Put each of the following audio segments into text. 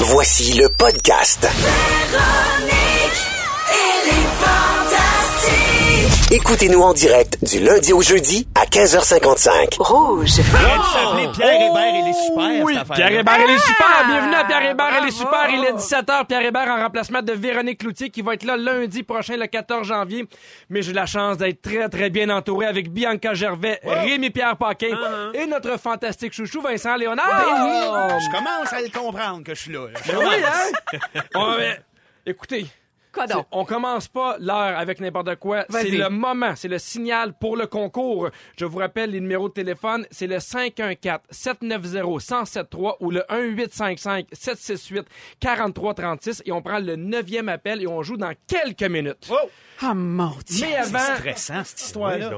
Voici le podcast. Écoutez-nous en direct du lundi au jeudi à 15h55. Rouge. Elle s'appelait Pierre Hébert, il est super, Oh Oui, cette affaire. Pierre Hébert, il est super. Bienvenue à Pierre Hébert, il est super. Il est 17h. Pierre Hébert en remplacement de Véronique Cloutier qui va être là lundi prochain, le 14 janvier. Mais j'ai eu la chance d'être très, très bien entouré avec Bianca Gervais, Rémi-Pierre Paquin Uh-huh. et notre fantastique chouchou Vincent Léonard. hein? Je commence à le comprendre que je suis là. Je Oui, hein? On- euh, écoutez. Quoi donc? c'est- On commence pas l'heure avec n'importe quoi. C'est Vas-y. le moment, c'est le signal pour le concours. Je vous rappelle les numéros de téléphone, c'est le 514-790-1073 ou le 1855-768-4336 et on prend le neuvième appel et on joue dans quelques minutes. Oh mon Dieu. Mais avant, Ah, C'est est-ce stressant, cette histoire-là.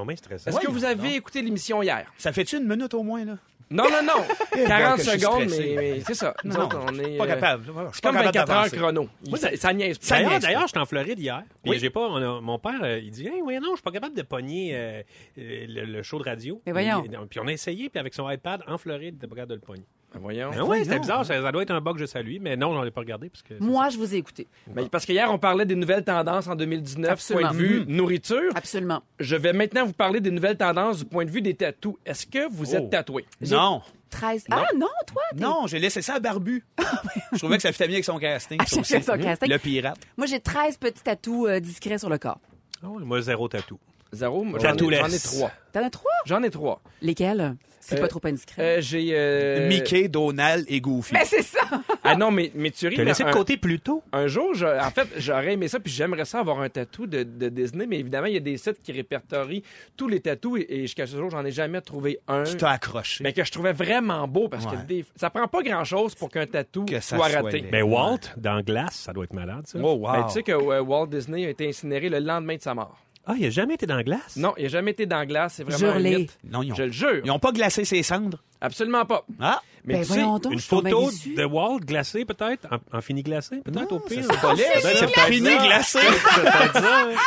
que vous avez écouté l'émission hier? Ça fait-tu une minute au moins, là? Non, non, non. 40 que je suis secondes, stressé. mais, mais c'est ça. Nous autres, on est... pas euh, capable. Je suis C'est pas comme capable 24 heures d'avancer. chrono. Il- Moi, ça, ça- ça niaise pas. D'ailleurs, niaise pas. d'ailleurs, j'étais en Floride hier. Puis Oui. j'ai pas, on a- mon père, euh, il dit, Hey, ouais, non, je suis pas capable de pogner euh, euh, le, le show de radio. Mais voyons. Il- non, Puis on a essayé, puis avec son iPad en Floride, il était pas capable de le pogner. Ah, Voyons. Ben Ah ouais, c'était bizarre. Ça, ça doit être un bug, je salue. Mais non, j'en ai pas regardé parce que. Moi, je vous ai écouté. Mais Ben, parce qu'hier, on parlait des nouvelles tendances en 2019, Absolument. point de vue nourriture. Absolument. Je vais maintenant vous parler des nouvelles tendances du point de vue des tatous. Est-ce que vous êtes Oh. tatoué? Non, 13. Ah non, toi? t'es- non, j'ai laissé ça à Barbu. Je trouvais que ça fitait bien avec son casting. Ah, ça aussi. Mmh. avec son casting. Le pirate. Moi, j'ai 13 petits atouts euh, discrets sur le corps. Ah ouais, moi, zéro tatou. Zéro? Moi, J'en ai, Tatouless. j'en ai trois. T'en as trois? J'en ai trois. Lesquels? C'est Euh, pas trop indiscret. Euh, J'ai... euh, Mickey, Donald et Goofy. Mais c'est ça! Ah non, mais, mais tu ris, T'as mais laissé de un- côté plus tôt. Un jour, je- en fait, j'aurais aimé ça, puis j'aimerais ça avoir un tatou de, de Disney, mais évidemment, il y a des sites qui répertorient tous les tatous, et, et jusqu'à ce jour, j'en ai jamais trouvé un. Tu t'as accroché. Mais que je trouvais vraiment beau, parce que Ouais. des- ça prend pas grand-chose pour qu'un tatou Que ça soit soit raté. laid. Mais Walt, dans Glace, ça doit être malade, ça. Oh, wow. Ben, tu sais que euh, Walt Disney a été incinéré le lendemain de sa mort. Ah, il a jamais été dans Glace? Non, il n'a jamais été dans la glace, c'est vraiment Jure-les. un mythe. Non, ils ont- Je le jure, Ils n'ont pas glacé ses cendres. absolument pas. Ah, Mais ben tu sais, voyons donc, Une je suis tombée photo déçue. de Walt glacée, peut-être? En, en fini glacé, peut-être, au pire? hein. c'est pas laid. C'est ça. peut-être Fini ça. glacé.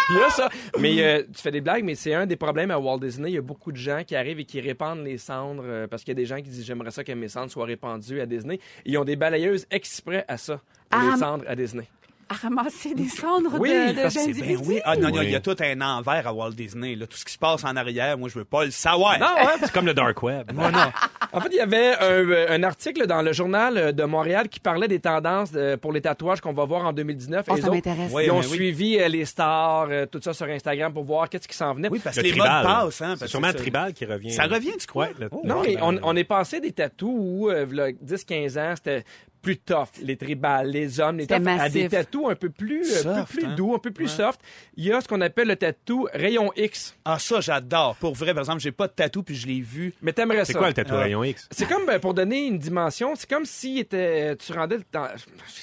il y a ça. Mais euh, tu fais des blagues, mais c'est un des problèmes à Walt Disney. Il y a beaucoup de gens qui arrivent et qui répandent les cendres euh, parce qu'il y a des gens qui disent j'aimerais ça que mes cendres soient répandues à Disney. Ils ont des balayeuses exprès à ça, pour Ah, les cendres à Disney. À ramasser des cendres Oui, de, Oh, de parce que c'est C'est bien d'individus. oui. Ah non, non, il y a tout un envers à Walt Disney. Là. Tout ce qui se passe en arrière, moi, je veux pas le savoir. Non, hein? C'est comme le Dark Web. Ah, En fait, il y avait un, euh, un article dans le journal euh, de Montréal qui parlait des tendances euh, pour les tatouages qu'on va voir en 2019. Oh, ça Et les autres, m'intéresse. Ouais. Ils ont mais oui. suivi euh, les stars, euh, tout ça sur Instagram pour voir qu'est-ce qui s'en venait. Oui, parce que Le les tribal. modes passent. Hein, parce c'est que sûrement le ça- tribal qui revient. Ça revient, tu crois? Ouais, le- Non, le- mais ben, on, on est passé des tatous où, euh, v'là 10-15 ans, c'était plus tough, les tribales, les hommes, les C'était tough, à massif. des tatous un peu plus, euh, un peu Soft, plus hein? doux, un peu plus soft. Il y a ce qu'on appelle le tatou rayon X. Ah, ça, j'adore. Pour vrai, par exemple, j'ai pas de tatou, puis je l'ai vu. Mais t'aimerais ça. C'est quoi le tatou Ah. rayon X? C'est comme, ben, pour donner une dimension, c'est comme si était, euh, tu rendais le temps.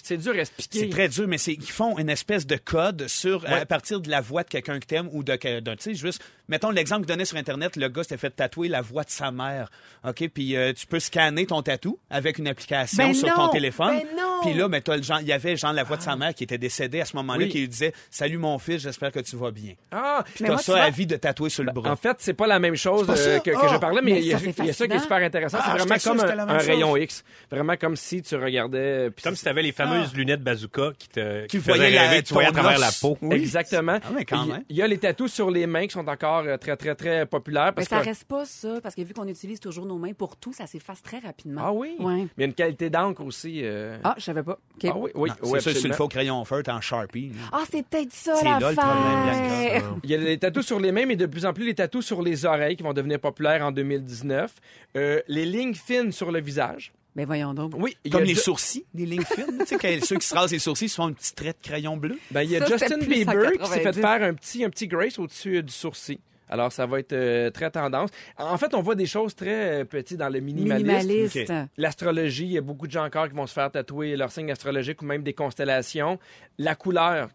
C'est dur à expliquer. C'est très dur, mais c'est ils font une espèce de code sur euh, à partir de la voix de quelqu'un que t'aimes ou de que- de- tu sais juste mettons l'exemple que donnait sur internet le gars s'était fait tatouer la voix de sa mère. OK, puis euh, tu peux scanner ton tatou avec une application Ben sur non! ton téléphone. Ben non! Ah. Puis là mais t'as le genre il y avait genre la voix de sa mère qui était décédée à ce moment-là Oui. qui lui disait "Salut mon fils, j'espère que tu vas bien." Ah, Mais T'as moi, ça tu vois- à vie de tatouer sur Ben, le bras. En fait, c'est pas la même chose pas ça. euh, que, que Ah! je parlais, mais Mais il y, a- ça, c'est il y a ça qui est fascinant. super intéressant. Ah, c'est j'étais vraiment sûr comme que c'était la un, même un chose. rayon X. Vraiment comme si tu regardais. puis Comme si t'avais les Ah. fameuses lunettes bazooka qui te Qui qui te faisaient voyait la- rêver, tu voyais à ton travers la os. peau. Oui. Exactement. Ah, mais quand Il- même. Il y a les tatous sur les mains qui sont encore euh, très, très, très populaires. Mais Parce Ben, ça que... reste pas ça, parce que vu qu'on utilise toujours nos mains pour tout, ça s'efface très rapidement. Ah oui? Ouais. Mais il y a une qualité d'encre aussi. euh. Ah, je savais pas. OK. Ah oui, oui, Non, oui, c'est sûr, absolument. tu le fais au crayon feutre en Sharpie. là. Ah, c'est peut-être ça C'est là le problème, l'affaire. Bianca. Oh, Il y a les tatous sur les mains, mais de plus en plus les tatous sur les oreilles qui vont devenir populaires en 2019. Euh, les lignes fines sur le visage. Mais Ben, voyons donc. Oui, il y a Comme les Ju- sourcils, des lignes fines. tu sais, quand- ceux qui se rasent les sourcils, ils se font un petit trait de crayon bleu. Ben, il y a Ça, Justin c'était plus Bieber qui s'est fait 190. faire un petit, un petit grace au-dessus euh, du sourcil. Alors, ça va être euh, très tendance. En fait, on voit des choses très euh, petites dans le minimalisme. Minimaliste. Ok. L'astrologie, il y a beaucoup de gens encore qui vont se faire tatouer leur signe astrologique ou même des constellations. La couleur.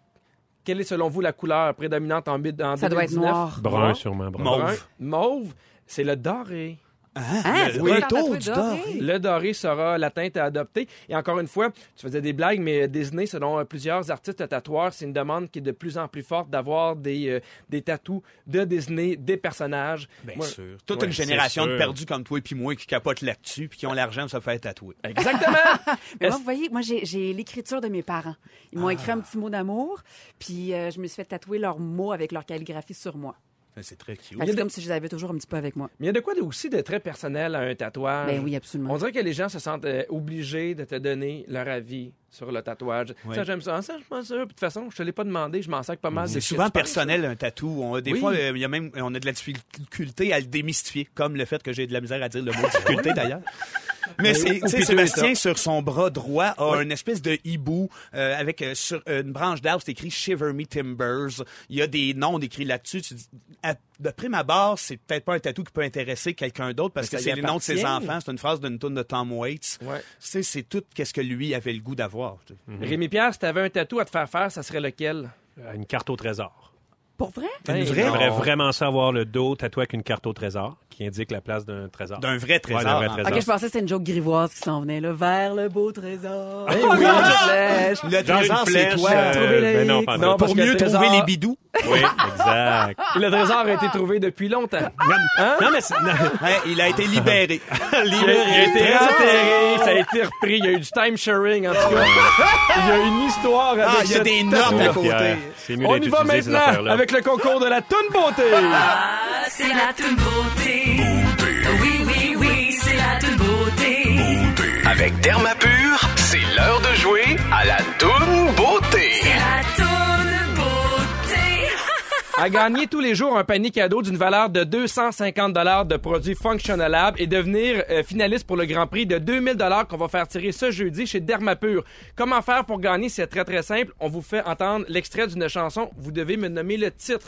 Quelle est, selon vous, la couleur prédominante en, mid- en Ça doit être 2019? noir. Brun, sûrement brun. Mauve. Brun. Mauve, c'est le doré. Hein? Le- c'est oui. pas Tôt Ratatouille du doré. Le doré sera la teinte à adopter. Et encore une fois, tu faisais des blagues, mais Disney, selon euh, plusieurs artistes tatoueurs, c'est une demande qui est de plus en plus forte d'avoir des, euh, des tatous de Disney, des personnages. Bien Moi- sûr. Toute Ouais, une c'est génération de sûr. perdus comme toi et puis moi qui capotent là-dessus puis qui ont l'argent de se faire tatouer. Exactement! Mais moi, vous voyez, moi, j'ai- j'ai l'écriture de mes parents. Ils m'ont écrit un petit mot d'amour, puis euh, je me suis fait tatouer leurs mots avec leur calligraphie sur moi. Ça, C'est très cute. Fait que C'est comme si je les avais toujours un petit peu avec moi. Mais il y a de quoi de- aussi de très personnel à un tatouage. Ben oui, absolument. Ah, On dirait que les gens se sentent euh, obligés de te donner leur avis sur le tatouage. Oui. Ça, j'aime ça. Ah, ça, je suis pas sûr. Puis de toute façon, je te l'ai pas demandé. Je m'en sers pas mal. de C'est ce que Mm-hmm. souvent tu penses. personnel un tatou. On- des Oui. fois, euh, il y a même, on a de la difficulté à le démystifier, comme le fait que j'ai de la misère à dire le mot difficulté d'ailleurs. Ben Mais c'est, tu sais, Sébastien sur son bras droit a une espèce de hibou euh, avec euh, sur une branche d'arbre c'est écrit Shiver Me Timbers. Il y a des noms décrits là-dessus. Tu dis- à- de prime abord, c'est peut-être pas un tatou qui peut intéresser quelqu'un d'autre parce Mais que ça c'est lui les noms de ses appartient. enfants. C'est une phrase d'une toune de Tom Waits. Ouais. Mm. Tu sais, c'est tout qu'est-ce que lui avait le goût d'avoir. tu sais. Mm-hmm. Rémi Pierre, si t'avais un tatou à te faire faire, ça serait lequel? Une carte au trésor. Pour vrai? Ben, vraie? non. J'aimerais vraiment ça avoir le dos tatoué avec une carte au trésor qui indique la place d'un trésor. D'un vrai Ouais, trésor. Ah, d'un vrai en- trésor. Ok, je pensais que c'était une joke grivoise qui s'en venait, là. Vers le beau trésor. ben Oh, Eh oui. Flèche. Le Genre une trésor, c'est flèche, toi. euh, Trouver la ben non, X. pas en Non, tout. parce pour que mieux le trésor- trouver les bidous. Oui, exact. Le trésor a été trouvé depuis longtemps. Hein? Non, mais c'est- non. Hein, il a été Ah. libéré. Il a, il a été Trésor. enterré, ça a été repris. Il y a eu du time sharing, en tout cas. Il y a une histoire avec Ah, il y a ce des tatou. notes à côté. Pierre, C'est mieux On d'être y va utilisé, ces maintenant affaires-là. avec le concours de la toune beauté. C'est la toute beauté. Oui, oui, oui, c'est la toute beauté. Avec Dermapur, c'est l'heure de jouer à la toune beauté. La toute beauté. À gagner tous les jours un panier cadeau d'une valeur de 250 dollars de produits Functional Lab et devenir euh, finaliste pour le Grand Prix de 2000 dollars qu'on va faire tirer ce jeudi chez Dermapur. Comment faire pour gagner C'est très très simple. On vous fait entendre l'extrait d'une chanson. Vous devez me nommer le titre,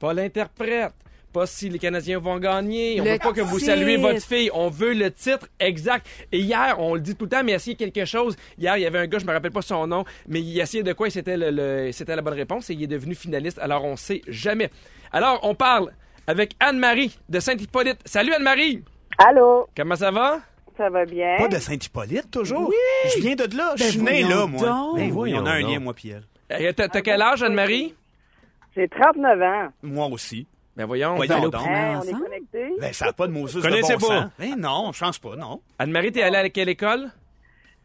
pas l'interprète. Pas si les Canadiens vont gagner. On Le veut pas que vous titre. saluez votre fille. On veut le titre exact. Et hier, on le dit tout le temps, mais essayez quelque chose. Hier, il y avait un gars, je me rappelle pas son nom, mais il essayait de quoi et c'était le, le- c'était la bonne réponse et il est devenu finaliste. Alors, on sait jamais. Alors, on parle avec Anne-Marie de Saint-Hippolyte. Salut Anne-Marie! Allô, Comment ça va? ça va bien? Pas de Saint-Hippolyte, toujours? Oui! Je viens de là. Je suis né voyons là, moi. donc. Ben oui, on a un Voyons lien, donc. moi puis elle. Euh, T'as t'as quel âge, Anne-Marie? J'ai 39 ans. Moi aussi. Ben voyons. Voyons allô, donc. primaire. Hein, on est ensemble? connectés? Ben, ça n'a pas de mots de Connaissez bon pas. sens. Ben non, je pense pas, non. Anne-Marie, t'es allée à quelle école?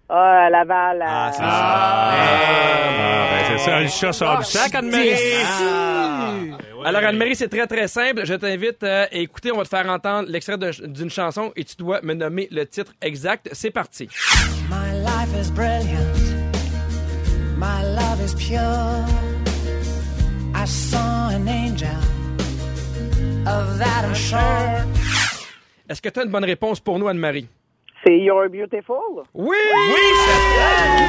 Ah, à Laval. à- Ah, c'est Ah, ben, c'est ça, le chat Ah, sort du sac. Anne-Marie! Alors, Anne-Marie, c'est très, très simple. Je t'invite euh, à écouter. On va te faire entendre l'extrait de- d'une chanson et tu dois me nommer le titre exact. C'est parti. My life is brilliant. My love is pure. I saw an angel. Of that I'm sure. Est-ce que tu as une bonne réponse pour nous, Anne-Marie? C'est You're Beautiful? Oui! Oui!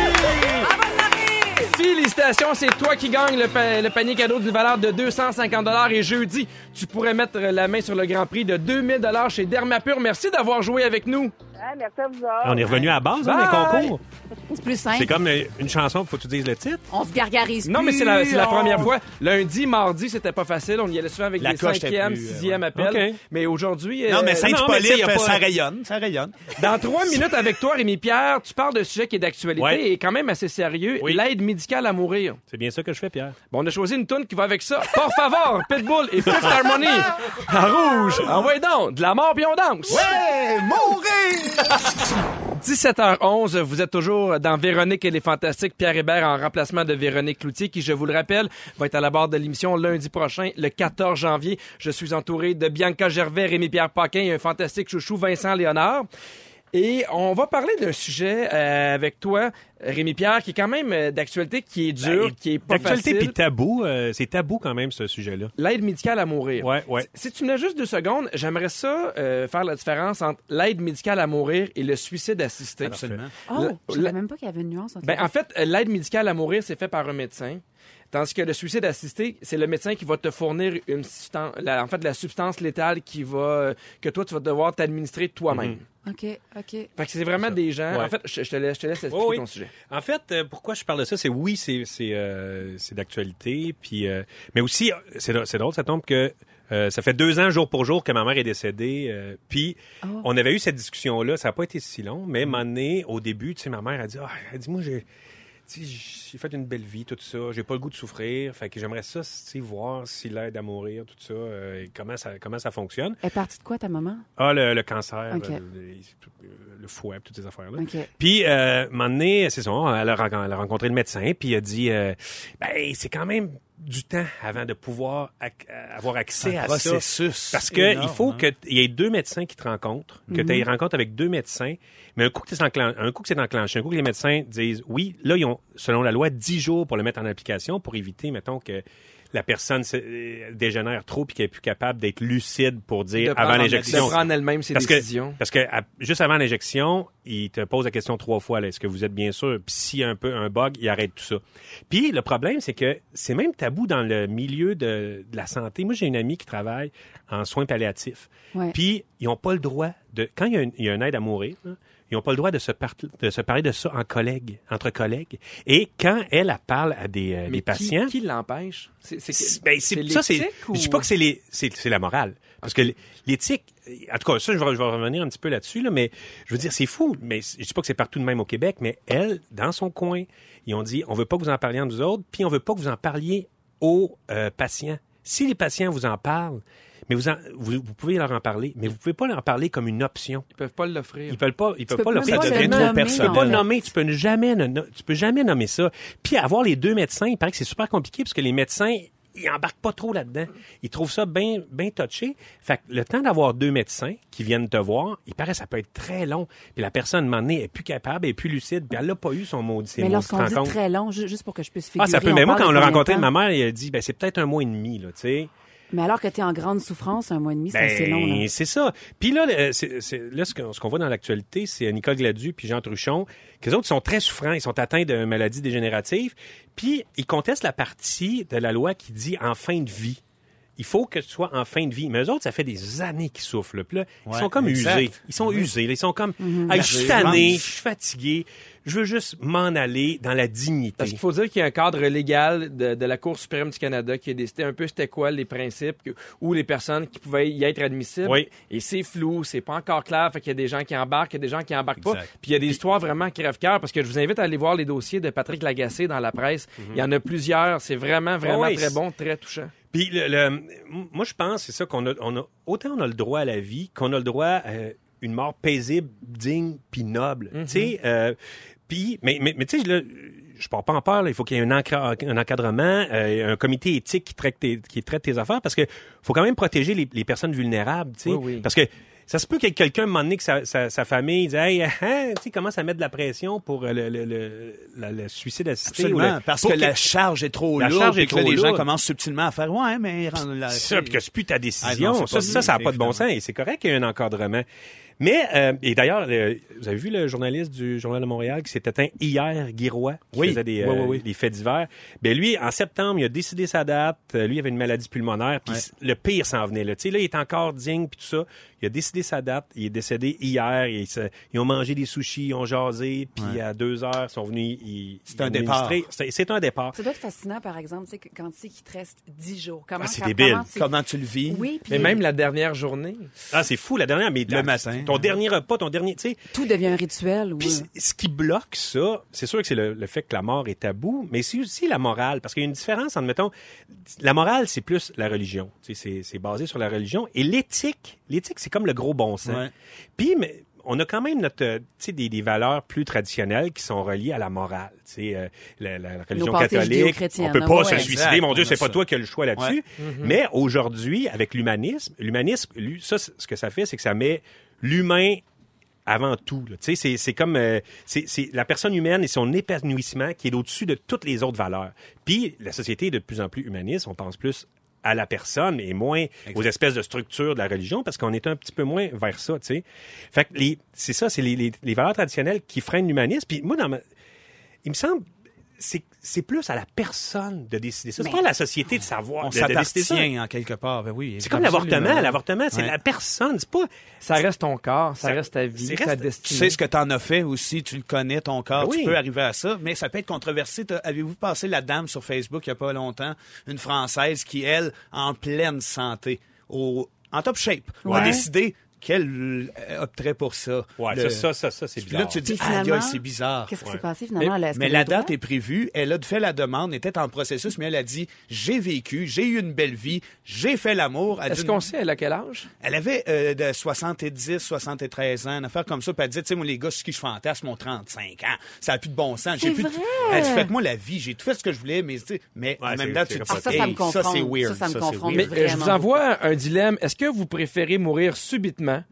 Félicitations, c'est toi qui gagne le, pa- le panier cadeau d'une valeur de 250 et jeudi, tu pourrais mettre la main sur le Grand Prix de 2000 chez Dermapur. Merci d'avoir joué avec nous. Ah, merci à vous On autres. est revenu à la base, hein, Bye. Hein? les concours. C'est plus C'est simple. comme euh, une chanson, faut que tu dises le titre. On se gargarise Non, mais c'est la, plus, c'est la on- première fois. Lundi, mardi, c'était pas facile. On y allait souvent avec La des coche était cinquièmes, plus, euh, sixièmes appels. OK. Mais aujourd'hui... Non, euh, mais mais tu sais, y Saint-Hippolyte, a pas- ça rayonne, ça rayonne. Dans trois minutes avec toi, Rémi-Pierre, tu parles de sujet qui est d'actualité Ouais. et quand même assez sérieux. Oui. L'aide médicale à mourir. C'est bien ça que je fais, Pierre. Bon, on a choisi une toune qui va avec ça. Por favor, Pitbull et Fifth Harmony. En rouge. Ah ouais donc, de la mort puis on danse. Hey, mourir! 17h11, vous êtes toujours dans Véronique et les Fantastiques. Pierre Hébert en remplacement de Véronique Cloutier, qui, je vous le rappelle, va être à la barre de l'émission lundi prochain, le 14 janvier. Je suis entouré de Bianca Gervais, Rémi-Pierre Paquin et un fantastique chouchou, Vincent Léonard. Et on va parler d'un sujet euh, avec toi, Rémi-Pierre, qui est quand même euh, d'actualité, qui est dur, Ben, qui est pas D'actualité facile. puis tabou, euh, c'est tabou quand même, ce sujet-là. L'aide médicale à mourir. Ouais, ouais. Si tu me laisses juste deux secondes, j'aimerais ça euh, faire la différence entre l'aide médicale à mourir et le suicide assisté. Absolument. Oh, Le- je savais la- même pas qu'il y avait une nuance entre Ben, les en fait, euh, l'aide médicale à mourir, c'est fait par un médecin. Tandis que le suicide assisté, c'est le médecin qui va te fournir une substan- la, en fait, la substance létale qui va, euh, que toi, tu vas devoir t'administrer toi-même. deux. OK, OK. Fait que c'est vraiment des gens. Mhm. Ouais. En fait, je, je te laisse, je te laisse expliquer Oui, oui. ton sujet. En fait, euh, pourquoi je parle de ça, c'est oui, c'est c'est euh, c'est d'actualité, puis euh, mais aussi euh, c'est drôle- c'est drôle, ça tombe que Euh, ça fait deux ans, jour pour jour, que ma mère est décédée. euh, puis, on avait eu cette discussion-là. Ça n'a pas été si long, mais à un moment donné, au début, tu sais, ma mère a dit Ah, elle dit, moi, j'ai. tu sais, J'ai fait une belle vie, tout ça. J'ai pas le goût de souffrir. Fait que j'aimerais ça, tu sais, voir si l'aide à mourir, tout ça, euh, et comment ça, comment ça fonctionne. Elle est partie de quoi, ta maman? Ah, le, le cancer, Ok. euh, le, le foie, toutes ces affaires-là. OK. Puis, euh, un moment donné, c'est ça, hein, elle a, ren- elle a rencontré le médecin, puis il a dit, euh, ben, c'est quand même du temps avant de pouvoir ac- avoir accès un à ça. processus. Parce que il énorme, faut hein. que t- il y ait deux médecins qui te rencontrent, que Mhm. tu aies une rencontre avec deux médecins, mais un coup que t'es enclen- un coup que c'est enclenché, un coup que les médecins disent oui, là ils ont selon la loi 10 jours pour le mettre en application pour éviter mettons que la personne se- euh, dégénère trop puis qu'elle est plus capable d'être lucide pour De dire prendre- avant l'injection. De prendre elle-même ses Parce que, décisions. parce que à- juste avant l'injection, il te pose la question trois fois. là, Est-ce que vous êtes bien sûr? Puis s'il y a un peu un bug, il arrête tout ça. Puis le problème, c'est que c'est même tabou dans le milieu de, de la santé. Moi, j'ai une amie qui travaille en soins palliatifs. Ouais. Puis ils n'ont pas le droit de... Quand il y a une, il y a une aide à mourir, là, ils n'ont pas le droit de se, par- de se parler de ça en collègue, entre collègues. Et quand elle, elle parle à des, euh, des Mais qui- patients... Qui, l'empêche? C'est, c'est, C'est- ben, c'est- ça, c'est, l'éthique ou- Je dis pas que c'est, les, c'est, c'est la morale. Parce que l'éthique, en tout cas, ça, je vais, je vais revenir un petit peu là-dessus, là, mais je veux dire, c'est fou. Mais c- je dis pas que c'est partout de même au Québec, mais elle, dans son coin, ils ont dit, on veut pas que vous en parliez à nous autres, puis on veut pas que vous en parliez aux euh, patients. Si les patients vous en parlent, mais vous, en- vous, vous pouvez leur en parler, mais vous pouvez pas leur en parler comme une option. Ils peuvent pas l'offrir. Ils peuvent pas, ils peuvent peux pas même leur pas ça le devient trop nommer, personnel. en Tu peux pas fait. le nommer, tu peux ne jamais, ne- tu peux jamais nommer ça. Puis avoir les deux médecins, il paraît que c'est super compliqué parce que les médecins, ils embarquent pas trop là-dedans. Ils trouvent ça bien, bien touché. Fait que le temps d'avoir deux médecins qui viennent te voir, il paraît que ça peut être très long. Puis la personne, à un moment donné, est plus capable, est plus lucide, puis elle n'a pas eu son maudit, ses Mais maudites lorsqu'on dit rencontres. très long, ju- juste pour que je puisse figurer... Ah, ça peut. on Mais moi, parle quand on de l'a combien de rencontré, temps? ma mère, elle a dit, ben, c'est peut-être un mois et demi, là, tu sais. Mais alors que tu es en grande souffrance, un mois et demi, c'est assez long. Ben, Là. c'est ça. Puis là, le- c'est- c'est- là, ce qu'on ce qu'on voit dans l'actualité, c'est Nicole Gladu puis Jean Truchon, que les autres sont très souffrants, ils sont atteints de maladies dégénératives, puis ils contestent la partie de la loi qui dit en fin de vie. Il faut que tu sois en fin de vie. Mais eux autres, ça fait des années qu'ils souffrent. là. Puis là, ils Ouais, sont comme exact. usés. Ils sont usés. là. Ils sont comme, Mm-hmm. Hey, je suis Merci. tanné, je suis fatigué, je veux juste m'en aller dans la dignité. Parce qu'il faut dire qu'il y a un cadre légal de, de la Cour suprême du Canada qui a décidé un peu c'était quoi les principes que- ou les personnes qui pouvaient y être admissibles. Oui. Et c'est flou, c'est pas encore clair. Fait qu'il y a des gens qui embarquent, il y a des gens qui embarquent pas. Exact. Puis il y a des histoires vraiment crève-cœur parce que je vous invite à aller voir les dossiers de Patrick Lagacé dans la presse. Il y en a plusieurs. C'est vraiment, vraiment Oui, très c'est- bon, très touchant. Puis le, le- m- moi, je pense, c'est ça qu'on a, on a- Autant on a le droit à la vie qu'on a le droit à euh, une mort paisible, digne, puis noble. Mhm. Tu sais, euh, puis, mais, mais, mais tu sais, là, je pars pas en peur, là. il faut qu'il y ait un, encra- un encadrement, euh, un comité éthique qui traite tes, qui traite tes affaires, parce que faut quand même protéger les, les personnes vulnérables, tu sais. Oui, oui. Parce que ça se peut que quelqu'un, un moment donné, que sa, sa, sa famille dise, hey, hein, tu sais, commence à mettre de la pression pour euh, le, le, le- la- le suicide assisté. ou Absolument, le- parce pour que la charge est trop La lourde. charge est et que là, trop les gens lourde. commencent subtilement à faire Ouais, mais. rend- la- C'est ça, puis que c'est plus ta décision. Ah non, c'est ça, pas ça, ça n'a bien, pas de bon sens. évidemment. Et c'est correct qu'il y ait un encadrement. Mais, euh, et d'ailleurs, le- vous avez vu le journaliste du Journal de Montréal qui s'est éteint hier, Guy Roy, qui Oui. faisait des, euh, Oui, oui, oui. des faits divers. Ben lui, en septembre, il a décidé sa date. Euh, Lui, il avait une maladie pulmonaire, puis Ouais. le pire s'en venait. Là. Tu sais, là, il est encore digne, puis tout ça. Il a décidé sa date. Il est décédé hier. Et ils, se- ils ont mangé des sushis, ils ont jasé, puis à deux heures, ils sont venus... ils- C'est ils un ont départ. ministré. C'est c'est un départ. Ça doit être fascinant, par exemple, tu sais, que- quand tu sais qu'il te reste 10 jours. Comment, Ah, c'est quand- débile. comment tu- Comment tu le vis? Oui, puis Mais même la dernière journée. Ah, c'est fou, la dernière... Mais Le matin. hein. Ton dernier repas, ton dernier... Tu sais, tout devient un rituel. euh, oui. Puis c- ce qui bloque ça, c'est sûr que c'est le, le fait que la mort est tabou, mais c'est aussi la morale, parce qu'il y a une différence entre, mettons, la morale, c'est plus la religion, tu sais, c'est c'est basé sur la religion, et l'éthique, l'éthique, c'est comme le gros bon sens. Ouais. Puis, mais, on a quand même notre, euh, tu sais, des, des valeurs plus traditionnelles qui sont reliées à la morale, tu sais, euh, la, la- la religion pensées catholique, judéo-chrétiennes, on peut hein, pas ouais. se Exact, suicider, mon Dieu, on a c'est pas ça. toi qui as le choix là-dessus, mais aujourd'hui, avec l'humanisme, l'humanisme, lui, ça, c'est- ce que ça fait, c'est que ça met l'humain avant tout. là. Tu sais, c'est, c'est comme euh, c'est, c'est la personne humaine et son épanouissement qui est au-dessus de toutes les autres valeurs. Puis la société est de plus en plus humaniste. On pense plus à la personne et moins aux espèces de structures de la religion parce qu'on est un petit peu moins vers ça. Tu sais, fait que les, c'est ça, c'est les, les- les valeurs traditionnelles qui freinent l'humanisme. Puis moi, dans ma- il me semble. C'est, c'est plus à la personne de décider ça. C'est pas à la société de savoir. On de- de décider ça. s'appartient en quelque part. Ben oui, C'est comme absolument. l'avortement. L'avortement, c'est Ouais. la personne. C'est pas. Ça reste ton corps, ça, Ça- reste ta vie, c'est ta reste- Tu destinée. sais ce que tu en as fait aussi, tu le connais, ton corps, Ben oui. tu peux arriver à ça, mais ça peut être controversé. T'as- Avez-vous passé la dame sur Facebook il n'y a pas longtemps, une Française qui, elle, en pleine santé, au- en top shape. On a Ouais. décidé qu'elle euh, opterait pour ça. Ouais, Le- ça, ça, ça, ça, c'est Puis là, bizarre. tu te Puis dis, aïe, finalement, aïe, c'est bizarre. Qu'est-ce qui Ouais. s'est passé finalement? là? Est-ce Mais qu'elle a la le droit? date est prévue. Elle a fait la demande, était en processus, mais elle a dit J'ai vécu, j'ai eu une belle vie, j'ai fait l'amour. Elle, Est-ce dit- qu'on sait elle a quel âge? elle avait euh, de 70, 73 ans, une affaire comme ça. Puis elle dit Tu sais, moi, les gars, ce qui je fantasme, ont 35 ans. Ça n'a plus de bon sens. J'ai C'est plus de- vrai! Elle dit Faites-moi la vie, j'ai tout fait ce que je voulais, mais, tu sais, mais en Ouais, même c'est- temps, c'est tu te comme dis, ça. Ah, ça, ça me Hey, ça, c'est confronte. weird. Ça, ça me c'est confronte. weird. Mais Vraiment euh, je vous envoie un dilemme. Est-ce que vous préférez mourir subitement,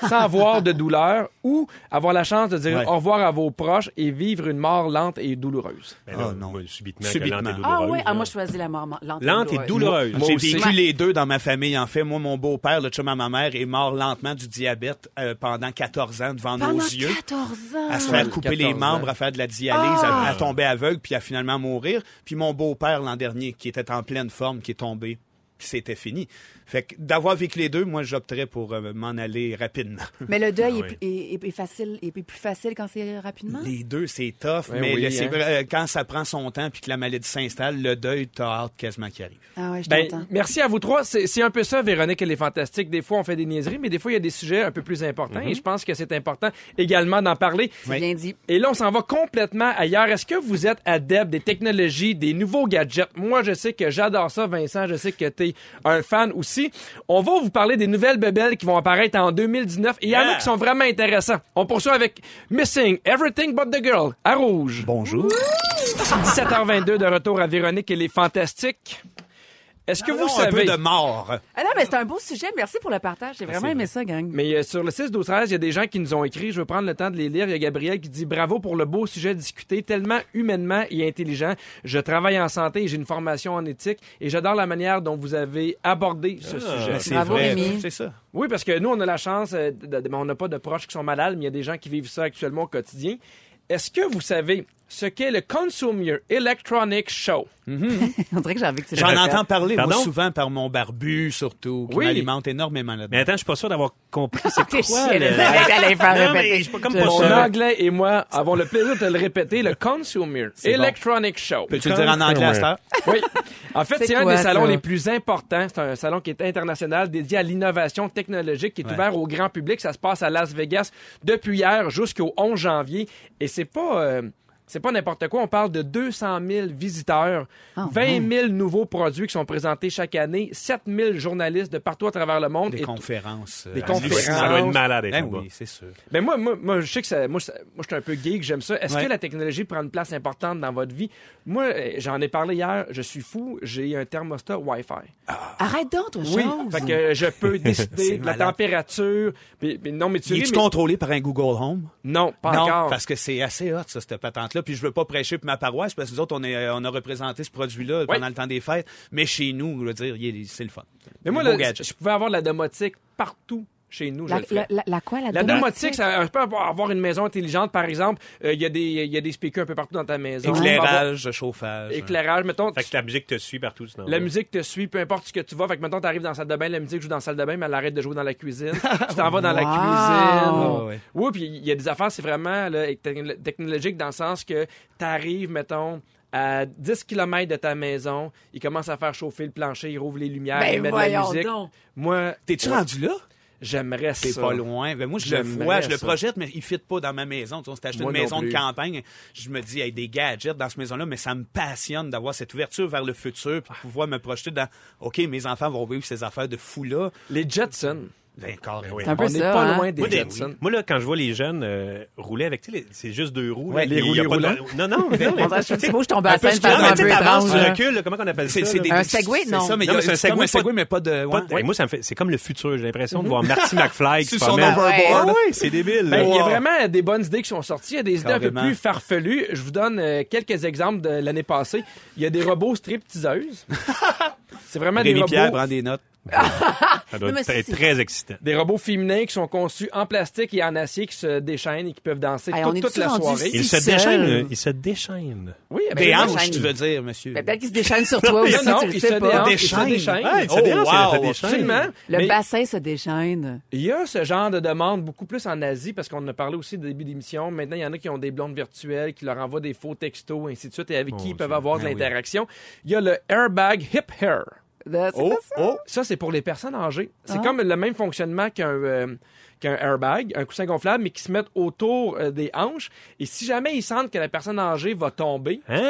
sans avoir de douleur, ou avoir la chance de dire Ouais. au revoir à vos proches et vivre une mort lente et douloureuse? Ben là, Ah, non. moi, Subitement, Subitement. que lente et Ah douloureuse, oui, ah, là. moi, je choisis la mort lente. Lente et douloureuse. Moi J'ai aussi. vécu les deux dans ma famille, en fait. Moi, mon beau-père, le chum à ma mère, est mort lentement du diabète euh, pendant 14 ans devant nos Pendant yeux. Ah, 14 ans. à se faire couper les 14 ans. membres, à faire de la dialyse, à, à tomber aveugle, puis à finalement mourir. Puis mon beau-père l'an dernier, qui était en pleine forme, qui est tombé, puis c'était fini. Fait que d'avoir vécu les deux, moi j'opterais pour euh, m'en aller rapidement. Mais le deuil est oui. plus- est, est- est facile, est plus facile quand c'est rapidement. Les deux, c'est tough, Ben mais oui, le- c'est hein. vrai, euh, quand ça prend son temps puis que la maladie s'installe, le deuil, t'as hâte quasiment qu'il arrive. Ah ouais, je Ben, t'entends. merci à vous trois. C'est c'est un peu ça, Véronique, elle est fantastique. Des fois, on fait des niaiseries, mais des fois, il y a des sujets un peu plus importants Mm-hmm. et je pense que c'est important également d'en parler. Oui. Bien dit. Et là, on s'en va complètement ailleurs. Est-ce que vous êtes adepte des technologies, des nouveaux gadgets? Moi, je sais que j'adore ça, Vincent. Je sais que t'es un fan aussi. On va vous parler des nouvelles bebelles qui vont apparaître en 2019. Et il y en a Yeah. qui sont vraiment intéressants. On poursuit avec Missing Everything But the Girl à rouge. Bonjour. 17h22 de retour à Véronique et les Fantastiques. Est-ce que vous un peu savez... de mort. Ah non, mais c'est un beau sujet. Merci pour le partage. J'ai vraiment aimé ça, gang. Mais euh, sur le 6 12 13, il y a des gens qui nous ont écrit, je veux prendre le temps de les lire. Il y a Gabriel qui dit bravo pour le beau sujet discuté, tellement humainement et intelligent. Je travaille en santé et j'ai une formation en éthique et j'adore la manière dont vous avez abordé ce sujet. Ben, c'est Bravo, vrai, Rémi. C'est ça. Oui, parce que nous on a la chance euh, de- de- mais on n'a pas de proches qui sont malades, mais il y a des gens qui vivent ça actuellement au quotidien. Est-ce que vous savez ce qu'est le Consumer Electronic Show On dirait que j'ai envie que tu le J'en répètes. entends parler, moi, Pardon? souvent par mon barbu, surtout, qui Euh, Oui. m'alimente énormément là-dedans. Mais attends, je suis pas sûr d'avoir compris. C'est T'es quoi, chienne. le- J'allais faire Non, mais répéter. je suis pas comme Je- pas Mon sûr. anglais et moi avons le plaisir de te le répéter, le Consumer Electronic Show. Peux-tu le dire en anglais à cette heure? Oui. En fait, C'est c'est un quoi, des salons ça? les plus importants. C'est un salon qui est international, dédié à l'innovation technologique, qui est Ouais. ouvert au grand public. Ça se passe à Las Vegas depuis hier jusqu'au 11 janvier. Et c'est pas... euh, c'est pas n'importe quoi. On parle de 200 000 visiteurs, Ah, 20 000 nouveaux produits qui sont présentés chaque année, 7 000 journalistes de partout à travers le monde. Des Et- conférences. euh, Des hallucinantes. conférences. Ça doit être malade, Ben d'être là-bas. oui, c'est sûr. Mais ben moi, moi, moi, je sais que ça, moi, ça- moi, je suis un peu geek, j'aime ça. Est-ce Ouais. que la technologie prend une place importante dans votre vie? Moi, euh, j'en ai parlé hier, je suis fou, j'ai un thermostat Wi-Fi. Arrête donc, toi, Oui, chose. fait que je peux décider de la Mm. malade. température. Puis- puis non, mais tu Il ris, est-tu mais- contrôlé par un Google Home? Non, pas non, encore. parce que c'est assez hot, ça, cette patente-là. Puis je veux pas prêcher pour ma paroisse, parce que nous autres, on, est, euh, on a représenté ce produit-là pendant le temps des fêtes. Mais chez nous, je veux dire, il est- c'est le fun. Mais moi, Beau là, gadget. je pouvais avoir de la domotique partout chez nous. je La, le ferais. la- la- la quoi, la, La domotique? domotique, ça peut avoir avoir une maison intelligente, par exemple. Euh, Il y, a des- il y a des speakers un peu partout dans ta maison. Tu peux avoir Éclairage, chauffage. Éclairage, mettons. Fait que la musique te suit partout. sinon. La musique te suit, peu importe ce que tu vas. Fait que maintenant, t'arrives dans la salle de bain, la musique joue dans la salle de bain, mais elle arrête de jouer dans la cuisine. tu t'en vas dans la Wow. cuisine. Ah ouais. Oui, puis il y a des affaires, c'est vraiment là, techn- technologique dans le sens que t'arrives, mettons, à 10 km de ta maison, il commence à faire chauffer le plancher, il rouvre les lumières, il Ben met de la voyons musique. donc. Moi, T'es-tu rendu là? j'aimerais ça. C'est pas loin. Ben moi, je le J'aimerais vois, je le ça. projette, mais il fit pas dans ma maison. Tu sais, on s'est acheté Moi une non maison de plus. campagne. Je me dis, hey, des gadgets dans cette maison-là, mais ça me passionne d'avoir cette ouverture vers le futur pour pouvoir me projeter dans, OK, mes enfants vont vivre ces affaires de fou-là. Les Jetsons. Ben, carrément. oui. C'est un peu On n'est ça. pas hein. loin des Moi, des- Jetsons. moi, là, quand je vois les jeunes euh, rouler avec, tu sais, les- c'est juste deux roues. Ouais, là, les il y a roues, pas les de- Non, non, mais non, mais- On dirait que je suis petit beau, je tombe à Un la peu scène ce de que- non, façon mais un tu sais, peu t'avances, étrange. tu là. recules, là, comment on appelle ça? C'est c'est là? Ah, des Un des- Segway, c'est non. ça, mais il y a- Non, mais c'est un c'est comme Segway, un Segway, pas- mais pas de. Pas ouais. de- Moi, ça me fait, c'est comme le futur. J'ai l'impression de voir Marty McFly qui Sur se son promène. overboard. Ah oui, c'est débile. Ben, là. Il y a Wow. vraiment des bonnes idées qui sont sorties. Il y a des idées un peu Carrément. plus farfelues. Je vous donne euh, quelques exemples de l'année passée. Il y a des robots stripteaseuses. C'est vraiment des Rémi robots, Pierre hein. prend des notes. Ça doit Non, mais être ça, très- c'est- très excitant. des robots féminins qui sont conçus en plastique et en acier qui se déchaînent et qui peuvent danser Hey, tout- on est-tu toute la rendu soirée. ici? Il Si se seul. déchaîne. Il se déchaîne. Oui, ben, Des ben, hanches, chaîne. tu veux dire, monsieur. Ben, Peut-être qu'il se déchaîne sur toi aussi, non, non, tu le il sais se pas. déhanche, il se Déchaîne. déchaîne. Ouais, ça Oh, déchaîne, ça wow, fait des chaînes. Absolument. Le Mais bassin se déchaîne. il y a ce genre de demande beaucoup plus en Asie parce qu'on en a parlé aussi au début d'émission. Maintenant, il y en a qui ont des blondes virtuelles, qui leur envoient Oh, Ben des faux textos, ainsi de suite, et avec qui ils peuvent avoir de l'interaction. Il y a le airbag hip hair. That's- Oh, oh. Ça, c'est pour les personnes âgées. C'est Ah. comme le même fonctionnement qu'un euh, qu'un airbag, un coussin gonflable, mais qui se mettent autour euh, des hanches. Et si jamais ils sentent que la personne âgée va tomber, Ah, mais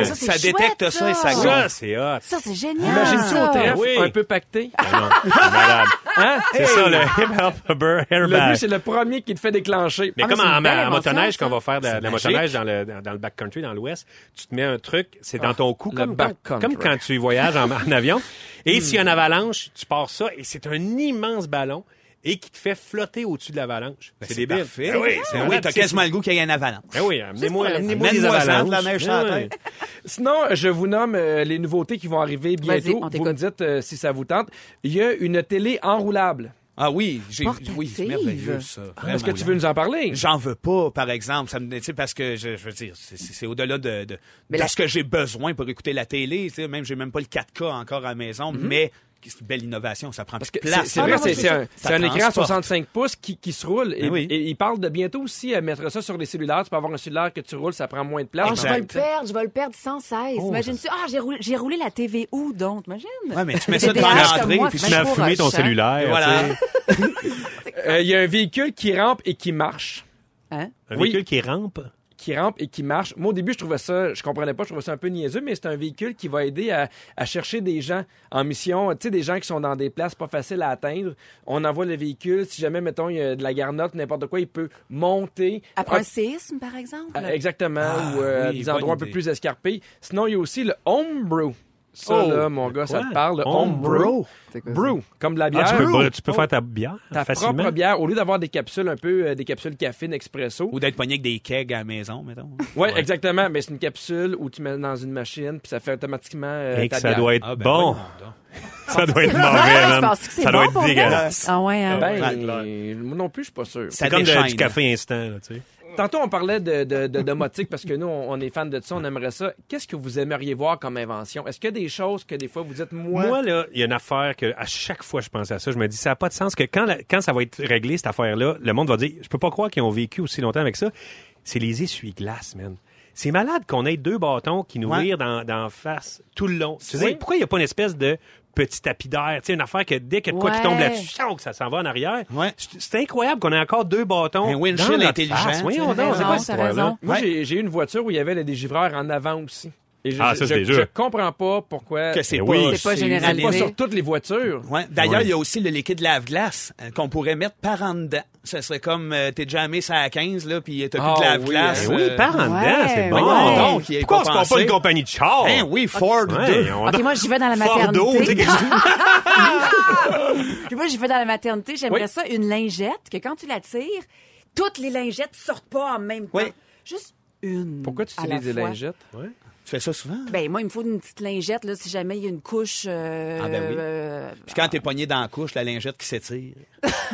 Hein? ça, c'est Ça chouette, détecte ça et ça Ça, c'est hot. Ça, c'est génial. imagine-tu ça. au trèfle, Oui. un peu pacté. Ah non, c'est malade. Hein? C'est ça, le hip-hop Le airbag. but, c'est le premier qui te fait déclencher. Mais Ah, comme c'est une en, belle en invention, motoneige, ça. quand on va faire de, la- de la magique. motoneige dans le, dans, dans le backcountry, dans l'ouest, tu te mets un truc, c'est dans ton cou, le comme, comme, backcountry. comme quand tu voyages en, en avion. Et s'il y a une avalanche, tu pars ça, et c'est un immense ballon, et qui te fait flotter au-dessus de l'avalanche. Ben, c'est c'est débile. parfait. Ben oui, c'est Ben vrai, oui, t'as c'est- quasiment le goût qu'il y ait un avalanche. Ben oui, amenez-moi pour les amenez-moi des Amène-moi ça, de la avalanches. neige sur la Ben oui. tête. Sinon, je vous nomme euh, les nouveautés qui vont arriver Vas-y, bientôt. on Vous t'écoute. me dites euh, si ça vous tente. Il y a une télé enroulable. Ah oui, j'ai, Portative. oui, c'est merveilleux ça. Est-ce Ah, que Vraiment, tu veux là. nous en parler? J'en veux pas, par exemple. Ça me, tu sais, parce que je, je veux dire, c'est, c'est- c'est au-delà de, de, Mais de la- ce que j'ai besoin pour écouter la télé. tu sais. Même j'ai même pas le 4K encore à la maison, mais c'est une belle innovation. Ça prend Mm-hmm. Parce que plus de c'est place. c'est Ah, vrai, non, c'est moi, c'est un, ça c'est un écran à transporte. 65 pouces qui, qui se roule. Et, Ben oui. et il parle de bientôt aussi à mettre ça sur les cellulaires. Tu peux avoir un cellulaire que tu roules, ça prend moins de place. Ah, je Exact. vais le perdre, je vais le perdre sans cesse. Oh, Imagine-tu. Ah, j'ai roulé, j'ai roulé la TV où donc? Imagine. Ouais, mais tu mets ça Des devant péages comme l'entrée, moi, puis Puis tu tu Ben, m'as je fumé ton courage, hein. cellulaire. Voilà. tu sais. Euh, Il y a un véhicule qui rampe et qui marche. Hein? Un Oui. véhicule qui rampe. qui rampe et qui marche. Moi, au début, je trouvais ça, je comprenais pas, je trouvais ça un peu niaiseux, mais c'est un véhicule qui va aider à, à chercher des gens en mission, tu sais, des gens qui sont dans des places pas faciles à atteindre. On envoie le véhicule, si jamais, mettons, il y a de la garnotte, n'importe quoi, il peut monter. Après Ah, un séisme, par exemple? ah, Exactement, ou euh, oui, des bonne endroits un peu idée. plus escarpés. Sinon, il y a aussi le homebrew. Ça, Oh, là, mon gars, ça quoi? te parle. Le Homebrew? homebrew. C'est quoi ça? Brew, comme de la bière. Ah, tu peux, tu peux Oh, faire ta bière ta facilement. propre bière, au lieu d'avoir des capsules un peu, euh, des capsules café expresso. Ou d'être pogné avec des kegs à la maison, mettons. Oui, exactement. Mais c'est une capsule où tu mets dans une machine, puis ça fait automatiquement. euh, Et que ta ça bière. doit être Ah, ben, bon. voyons donc. Ça doit être Ah, mauvais, tu man. penses que c'est Ça bon doit être pour vrai? dégueulasse. Ah ouais, hein? Ben, Ouais. euh, moi non plus, je suis pas sûr. Ça C'est comme de- déchaîne. du café instant, là, tu sais. Tantôt, on parlait de, de, de domotique parce que nous, on, on est fans de ça, on aimerait ça. Qu'est-ce que vous aimeriez voir comme invention? Est-ce qu'il y a des choses que des fois vous dites, moi. Moi, là, il y a une affaire que à chaque fois je pense à ça, je me dis, ça n'a pas de sens que quand, la- quand ça va être réglé, cette affaire-là, le monde va dire, je peux pas croire qu'ils ont vécu aussi longtemps avec ça. C'est les essuie-glaces, man. C'est malade qu'on ait deux bâtons qui nous Ouais. virent dans, dans la face tout le long. Tu Oui. sais, pourquoi il n'y a pas une espèce de petit tapis d'air, tu sais, une affaire que dès que de quoi qui Ouais. tombe là-dessus, chang, que ça s'en va en arrière. Ouais. C'est c'est incroyable qu'on ait encore deux bâtons. Un windshield dans notre intelligent, face. Voyons t'as donc, c'est quoi raison, cette t'as histoire-là? raison. Moi, Ouais. j'ai- j'ai eu une voiture où il y avait le dégivreur en avant aussi. Et je, Ah, je, ça, c'est je, déjà. je comprends pas pourquoi. Que Euh, c'est Eh pas, oui. C'est pas C'est pas généralisé. sur toutes les voitures. Ouais. D'ailleurs, Ouais. il y a aussi le liquide lave-glace euh, qu'on pourrait mettre par en dedans. Ce serait comme euh, t'es jamais ça à 15 là puis t'as Ah plus de Eh lave-glace. oui, euh, par en dedans, ouais, c'est bon. ouais. Donc, il y a Pourquoi on pas se prend pensé. pas une compagnie de char? Hein, oui, Ford deux. Ouais, on OK, moi, j'y vais dans la Fardeau, tu sais, maternité. quelque chose. moi, j'y vais dans la maternité. J'aimerais Oui. ça, une lingette, que quand tu la tires, toutes les lingettes sortent pas en même temps. Oui. Juste une. Pourquoi tu à la utilises des fois. lingettes? Tu fais ça souvent. Ben, moi, il me faut une petite lingette, là, si jamais il y a une couche. euh, Ah, ben oui. euh, Puis quand t'es pogné dans la couche, la lingette qui s'étire.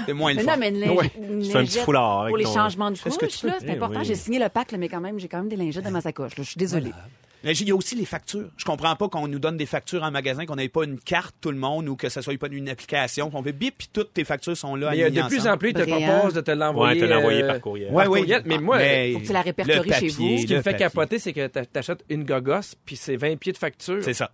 C'est moins le Mais fun. non, mais une, linge- Ouais. une C'est un petit lingette foulard avec Pour les ton- changements de fais ce que couche, tu veux. là, c'est Eh important. oui. J'ai signé le pacte, là, mais quand même, j'ai quand même des lingettes dans ma sacoche. là. Je suis désolée. Mais Il y a aussi les factures. Je comprends pas qu'on nous donne des factures en magasin, qu'on n'ait pas une carte tout le monde ou que ça soit pas une application, qu'on fait bip puis toutes tes factures sont là. Mais euh, alignées de plus ensemble. en plus, ils te Brillant. proposent de te l'envoyer. Ouais, te l'envoyer euh, par courriel. Ah, Ouais, Ouais, oui. courriel. Mais moi, Mais faut que tu la répertories le chez papier, vous. Ce qui le me fait papier. capoter, c'est que t'a- t'achètes une gogosse, puis c'est 20 pieds de facture. C'est ça.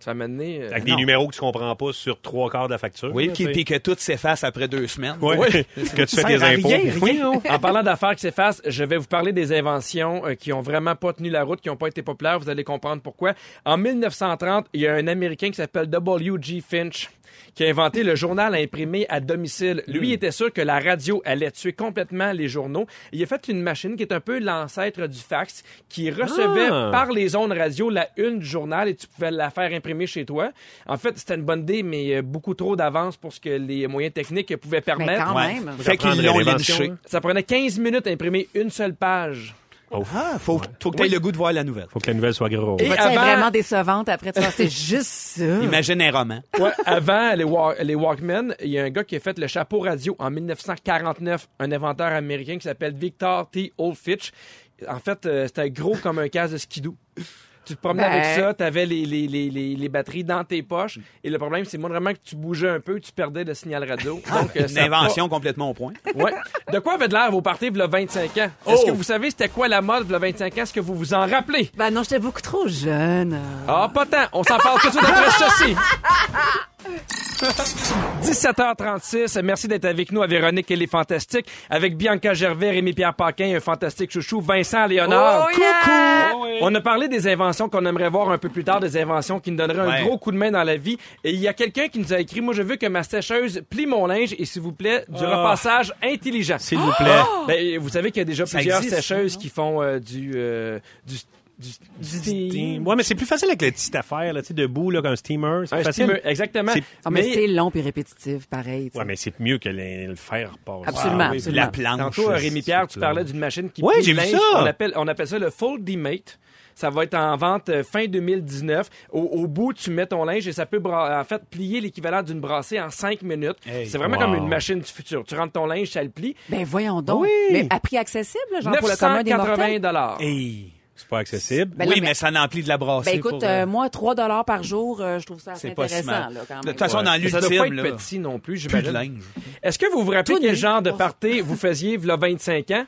Ça m'a mené. euh, Avec des Non. numéros que tu comprends pas sur trois quarts de la facture. Oui, là, puis tu sais. puis que tout s'efface après deux semaines. Ouais. que tu fais sert tes à impôts. rien, Oui, non. en parlant d'affaires qui s'effacent, je vais vous parler des inventions euh, qui ont vraiment pas tenu la route, qui ont pas été populaires. Vous allez comprendre pourquoi. En 1930, il y a un Américain qui s'appelle W.G. Finch qui a inventé le journal à imprimer à domicile. Lui était sûr que la radio allait tuer complètement les journaux. Il a fait une machine qui est un peu l'ancêtre du fax, qui recevait Ah. par les ondes radio la une du journal et tu pouvais la faire imprimer chez toi. En fait, c'était une bonne idée, mais euh, beaucoup trop d'avance pour ce que les moyens techniques pouvaient permettre. Mais quand Ouais. même. Fait qu'ils l'ont L'invention, lynché. là. Ça prenait 15 minutes à imprimer une seule page. Ah, faut, faut que tu aies le goût de voir la nouvelle. Faut que la nouvelle soit grosse. Et Vas-tu être avant- vraiment décevante après? Tu vois, c'est juste ça. Imagine un roman. Ouais, avant les, Wa- les Walkman, il y a un gars qui a fait le chapeau radio en 1949, un inventeur américain qui s'appelle Victor T. Oldfitch. En fait, euh, c'était gros comme un casque de skidoo. tu te promenais Ben. avec ça, t'avais les, les, les, les, les batteries dans tes poches. Et le problème, c'est moi vraiment que tu bougeais un peu, tu perdais le signal radio. Donc, euh, Une ça a pas- invention complètement au point. Ouais. De quoi avait de l'air vos parties v'là 25 ans? Est-ce que vous savez c'était quoi la mode v'là 25 ans? Est-ce que vous vous en rappelez? Ben non, j'étais beaucoup trop jeune. Ah, pas tant. On s'en parle tout de suite après ceci. 17h36, merci d'être avec nous à Véronique et les Fantastiques, avec Bianca Gervais, Rémi-Pierre Paquin, un fantastique chouchou, Vincent Léonard. Ah, Oh, yeah! Coucou! On a parlé des inventions qu'on aimerait voir un peu plus tard, des inventions qui nous donneraient Ouais. un gros coup de main dans la vie. Et il y a quelqu'un qui nous a écrit, moi je veux que ma sécheuse plie mon linge et s'il vous plaît, du repassage intelligent. S'il vous plaît. Ah! Ben, vous savez qu'il y a déjà plusieurs existe, sécheuses qui font euh, du, euh, du, du, du steam. Ouais, mais c'est plus facile avec la petite affaire, là, tu sais, debout, là, comme steamer. C'est Un plus facile. steamer, Ah, exactement. C'est- Ah, mais c'est long et répétitif, pareil. tu sais. Ouais, mais c'est mieux que le, le fer passe. Absolument, oui, absolument. La planche. Tantôt, euh, Rémi Pierre, tu parlais d'une machine qui Ouais, plie j'ai le vu linge. ça. On appelle, on appelle ça le Foldimate. Ça va être en vente euh, fin 2019. Au, au bout, tu mets ton linge et ça peut bra- en fait plier l'équivalent d'une brassée en 5 minutes. Hey, c'est vraiment wow. comme une machine du futur. Tu rentres ton linge, ça le plie. Ben voyons donc. Mais à prix accessible, genre pour le commun des 980 mortels. dollars. Hey. C'est pas accessible. Ben là, oui, mais- mais ça n'emplit de la brassée. Ben écoute, pour, euh, euh, moi, 3 dollars par jour, euh, je trouve ça assez c'est pas si intéressant, mal. là, quand De même. toute façon, dans Ça doit pas l'ultime, être là, petit non plus, plus de j'imagine. linge. Est-ce que vous vous rappelez Tout quel nu. genre de party vous faisiez v'là 25 ans?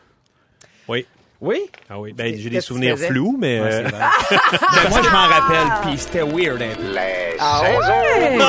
Oui. Oui? Ah oui. Ben, j'ai des Qu'est-ce que tu souvenirs faisais? flous, mais. euh, Ben, moi, je m'en rappelle, puis c'était weird un peu. Les saisons.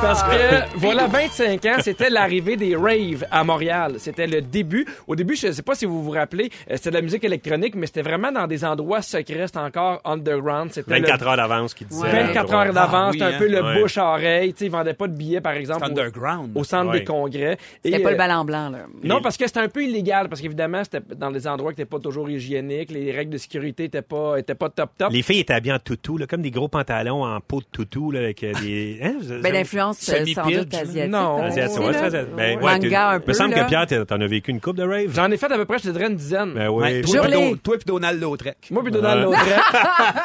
Parce que, voilà, 25 ans, c'était l'arrivée des raves à Montréal. C'était le début. Au début, je ne sais pas si vous vous rappelez, euh, c'était de la musique électronique, mais c'était vraiment dans des endroits secrets. C'était encore underground. C'était le- 24 heures d'avance qui disait. euh, Ouais. 24 heures d'avance. Ah, oui, c'était un hein. peu le Ouais. bouche à oreille. Tu sais, ils vendaient pas de billets, par exemple, au, Underground. au centre Ouais. des congrès. C'était Et, pas le euh, ballon blanc, là. non, parce que c'était un peu illégal, parce qu'évidemment, c'était dans des endroits qui n'étaient pas toujours hygiéniques, les règles de sécurité n'étaient pas, étaient pas top top. Les filles étaient habillées en toutou, là, comme des gros pantalons en peau de toutou, là, avec euh, des. Hein, vous- Ben, vous- l'influence euh, sans semi-pitch, doute asiatique. non, peut-être, Asiatique, ouais, là. c'est asiatique. Ben, ouais, t'es- Manga un me peu, semble là. que Pierre, t'en- t'en as vécu une coupe de rave. J'en ai fait à peu près, je te dirais, une dizaine. Ben oui. Ouais, Jure- toi, puis Jurlé. Do- toi puis Donald Lautrec. Moi, puis Donald Ouais. Lautrec,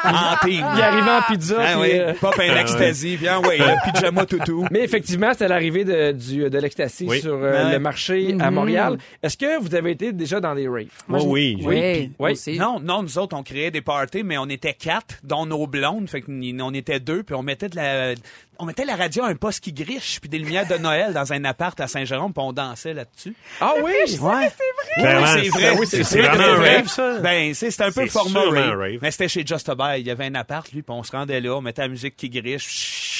Ah. En team. il arrivait en pizza. Ah puis, oui, euh, pop un ecstasy, puis ah ouais, le pyjama toutou. Mais effectivement, c'est l'arrivée de, du- de l'ecstasy Oui. sur euh, Ouais. le marché Mm-hmm. à Montréal. Est-ce que vous avez été déjà dans des raves? Moi, oui. Oui, oui. moi oui. aussi. Non, non, nous autres, on créait des parties, mais on était quatre, dont nos blondes. Fait qu'on était deux, puis on mettait de la, on mettait la radio à un poste qui griche, puis des lumières de Noël dans un appart à Saint-Jérôme, puis on dansait là-dessus. Ah oui? Ouais. Oui, Clairement, Ah, c'est vrai. oui, c'est- c'est vrai, vraiment c'est un vrai. rave, ça. Ben, c'est c'est un peu le C'est format sûrement rave. un rave. Mais c'était chez Just a Buy. Il y avait un appart, lui, puis on se rendait là, on mettait la musique qui griche. chut.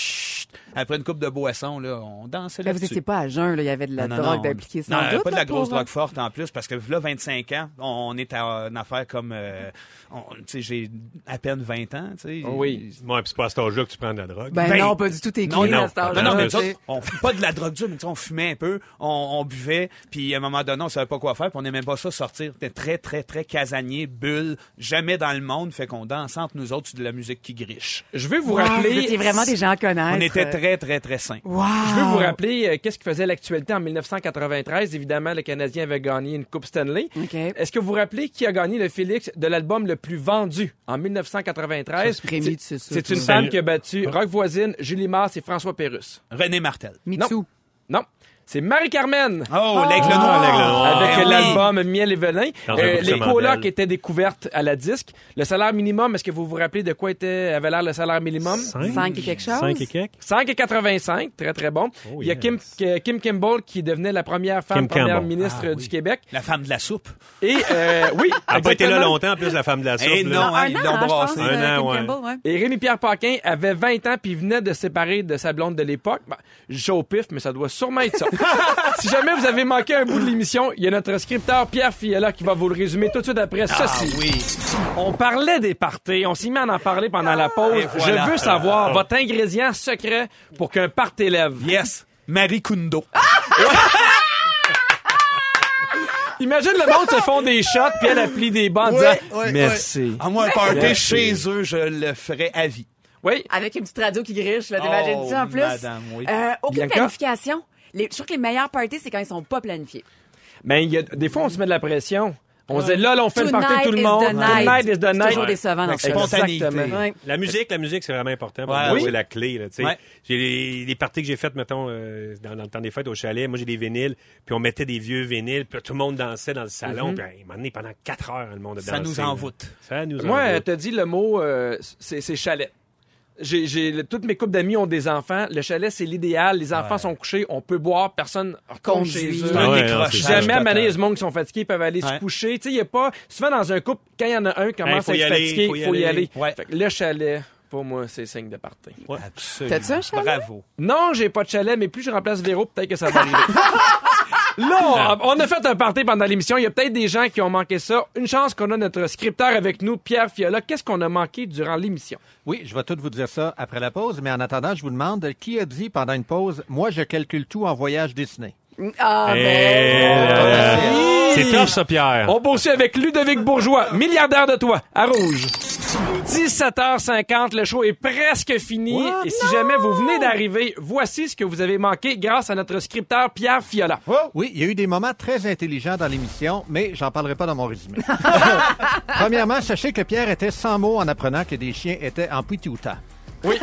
Après une coupe de boisson, là, on dansait Ben, vous là-dessus. n'étiez pas à jeun, là. Il y avait de la Non, non, drogue non. d'appliquer sans Non, doute. pas de là, la grosse pour- hein. drogue forte en plus, parce que là, 25 ans, on on est à une affaire comme. euh, on- tu sais, j'ai à peine 20 ans, tu sais. Ah Oui. Ouais, puis c'est pas à cet âge-là que tu prends de la drogue. Ben, Ben, non, pas du tout. T'es Non, clean non. à cet âge-là, Non, non, mais tu nous sais. autres, on fait pas de la drogue dure, mais tu sais, on fumait un peu, on, on buvait, puis à un moment donné, on savait pas quoi faire, puis on n'aimait pas ça sortir. C'était très, très, très casanier, bulle, jamais dans le monde, fait qu'on danse entre nous autres sur de la musique qui griche. Je veux vous Wow, Vous rappeler... étiez vraiment des gens à connaître. On était très, très, très sains. Wow. Je veux vous rappeler euh, qu'est-ce qui faisait l'actualité en 1993. Évidemment, le Canadien avait gagné une Coupe Stanley. OK. Est-ce que vous vous rappelez qui a gagné le Félix de l'album le plus vendu en 1993? Rémi, tu sais C'est- ça, c'est toi. une femme qui a battu Rock Voisine, Julie Mars et François Pérusse. René Martel. Mitsou. Non, c'est Ah, Marie-Carmen. Oh, l'aigle noir. l'aigle noir. avec Ben oui. l'album Miel et Venin. Ah, Dans un Euh, groupe les Samandel. colocs étaient découvertes à la disque. Le salaire minimum, est-ce que vous vous rappelez de quoi était, avait l'air le salaire minimum? 5 et quelque chose. 5 et quelques. 5,85, très très bon. Oh, Il y a yes. Kim, que- Kim Kimball qui devenait la première femme Kim première Campbell. ministre Ah, euh, oui. du Québec. La femme de la soupe. Et euh, oui, Elle n'a pas été là exactement. longtemps, en plus, la femme de la soupe. Eh là. non, hein, ils an, l'ont hein, je brassé. pense, Un euh, an, Kim ouais. Campbell, ouais. Et Rémi-Pierre Paquin avait 20 ans puis il venait de se séparer de sa blonde de l'époque. Ben, je suis au pif, mais ça doit sûrement être ça. si jamais vous avez manqué un bout de l'émission, il y a notre scripteur Pierre Fiala qui va vous le résumer tout de suite après Ah, ceci. oui. On parlait des parties, on s'y met à en parler pendant la pause. Et voilà. Je veux savoir votre ingrédient secret pour qu'un party lève. Yes. Marie Kondo. Imagine le monde se font des shots puis elle applie des bancs en disant merci. À moi, un party chez eux, je le ferais à vie. Oui. Avec une petite radio qui griche, là, t'imagines ça en Oh, plus? madame, oui. Euh, aucune Bianca? planification. Les- je trouve que les meilleurs parties, c'est quand ils sont pas planifiés. Mais il y a, des fois, on se met de la pression. On disait, là, là, on fait le party de tout le monde. Tonight is the C'est night. toujours décevant dans Fait que ce Exactement. spontanéité. Ouais. La musique, la musique, c'est vraiment important. Pour Ouais, moi, oui. C'est la clé. Là, tu sais. Ouais. J'ai les, les parties que j'ai faites, mettons, euh, dans, dans le temps des fêtes au chalet, moi j'ai des vinyles, puis on mettait des vieux vinyles, puis tout le monde dansait dans le salon, puis à un moment donné, pendant quatre heures, le monde a dansé. Mhm. Ça nous là. envoûte. Ça nous Moi, envoûte. t'as dit le mot, euh, c'est c'est chalet. J'ai, j'ai- le- toutes mes couples d'amis ont des enfants. Le chalet, c'est l'idéal. Les enfants sont couchés, on peut boire, personne compte chez Conduit. eux. C'est un Ah ouais, non, décrochage. c'est Jamais à total. maner, les monde qui sont fatigués, ils peuvent aller se Ouais. coucher. Tu sais, il a pas. Souvent, dans un couple, quand il y en a un qui commence faut à y être aller, fatigué, faut y faut y aller. aller. Ouais. Fait que le chalet, pour moi, c'est signe de party. Absolument. T'as-tu un chalet? Bravo. Non, j'ai pas de chalet, mais plus je remplace Véro, peut-être que ça va arriver. Là, on on a fait un party pendant l'émission. Il y a peut-être des gens qui ont manqué ça. Une chance qu'on a notre scripteur avec nous, Pierre Fiola. Qu'est-ce qu'on a manqué durant l'émission? Oui, je vais tout vous dire ça après la pause, mais en attendant, je vous demande qui a dit pendant une pause Moi, je calcule tout en voyage Disney. Ah, Eh, ben. là, là. Oui. C'est tough, ça, Pierre. On poursuit avec Ludovic Bourgeois, milliardaire de toi, à Rouge. 17h50, le show est presque fini. Et si jamais vous venez d'arriver, voici ce que vous avez manqué grâce à notre scripteur Pierre Fiola. Oui, il y a eu des moments très intelligents dans l'émission, mais j'en parlerai pas dans mon résumé. Premièrement, sachez que Pierre était sans mots en apprenant que des chiens étaient en Puitouta. Oui.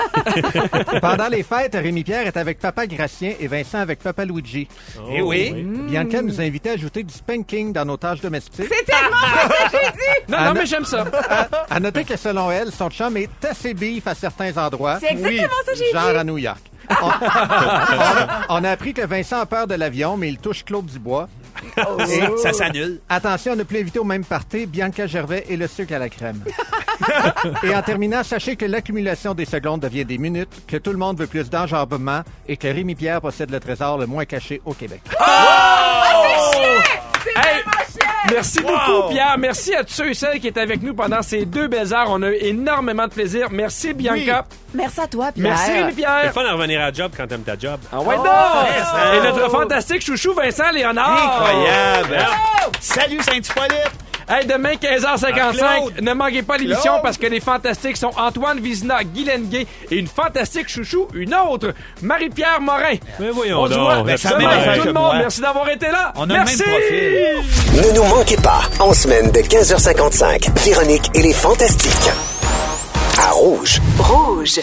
Pendant les fêtes, Rémi Pierre est avec Papa Gracien et Vincent avec Papa Luigi. Eh oui. Bianca nous a invités à ajouter du spanking dans nos tâches domestiques. Non, Ah, non, non. mais j'aime ça. À noter que selon elle, son chum est assez bif à certains endroits. C'est exactement Oui, ça que j'ai Genre dit. à New York. On, on- on a appris que Vincent a peur de l'avion, mais il touche Claude Dubois. Et- Eh Oh. Ça s'annule. attention, on ne plus inviter au même party Bianca Gervais et le sucre à la crème. et en terminant, sachez que l'accumulation des secondes devient des minutes, que tout le monde veut plus d'enjambement et que Rémi Pierre possède le trésor le moins caché au Québec. Hey, merci beaucoup, Pierre. Merci à tous ceux et celles qui étaient avec nous pendant ces deux belles heures. On a eu énormément de plaisir. Merci, Bianca. Merci à toi, Pierre. Merci, Rémi C'est le Pierre. fun à revenir à la job quand t'aimes ta job. Ah ouais, donc. Et notre Ah, fantastique chouchou, Vincent Léonard. Incroyable. Salut Saint-Hippolyte. Hey, demain, 15h55, Ah, Claude. ne manquez pas l'émission Claude. parce que les fantastiques sont Antoine Vizina, Guy Lenguet et une fantastique chouchou, une autre, Marie-Pierre Morin. Mais voyons On se donc. voit mais ça ça demain, m'arrive tout que le monde. moi. Merci d'avoir été là. On a le même Merci. profil. Ne nous manquez pas, en semaine de 15h55, Véronique et les Fantastiques. À Rouge. Rouge.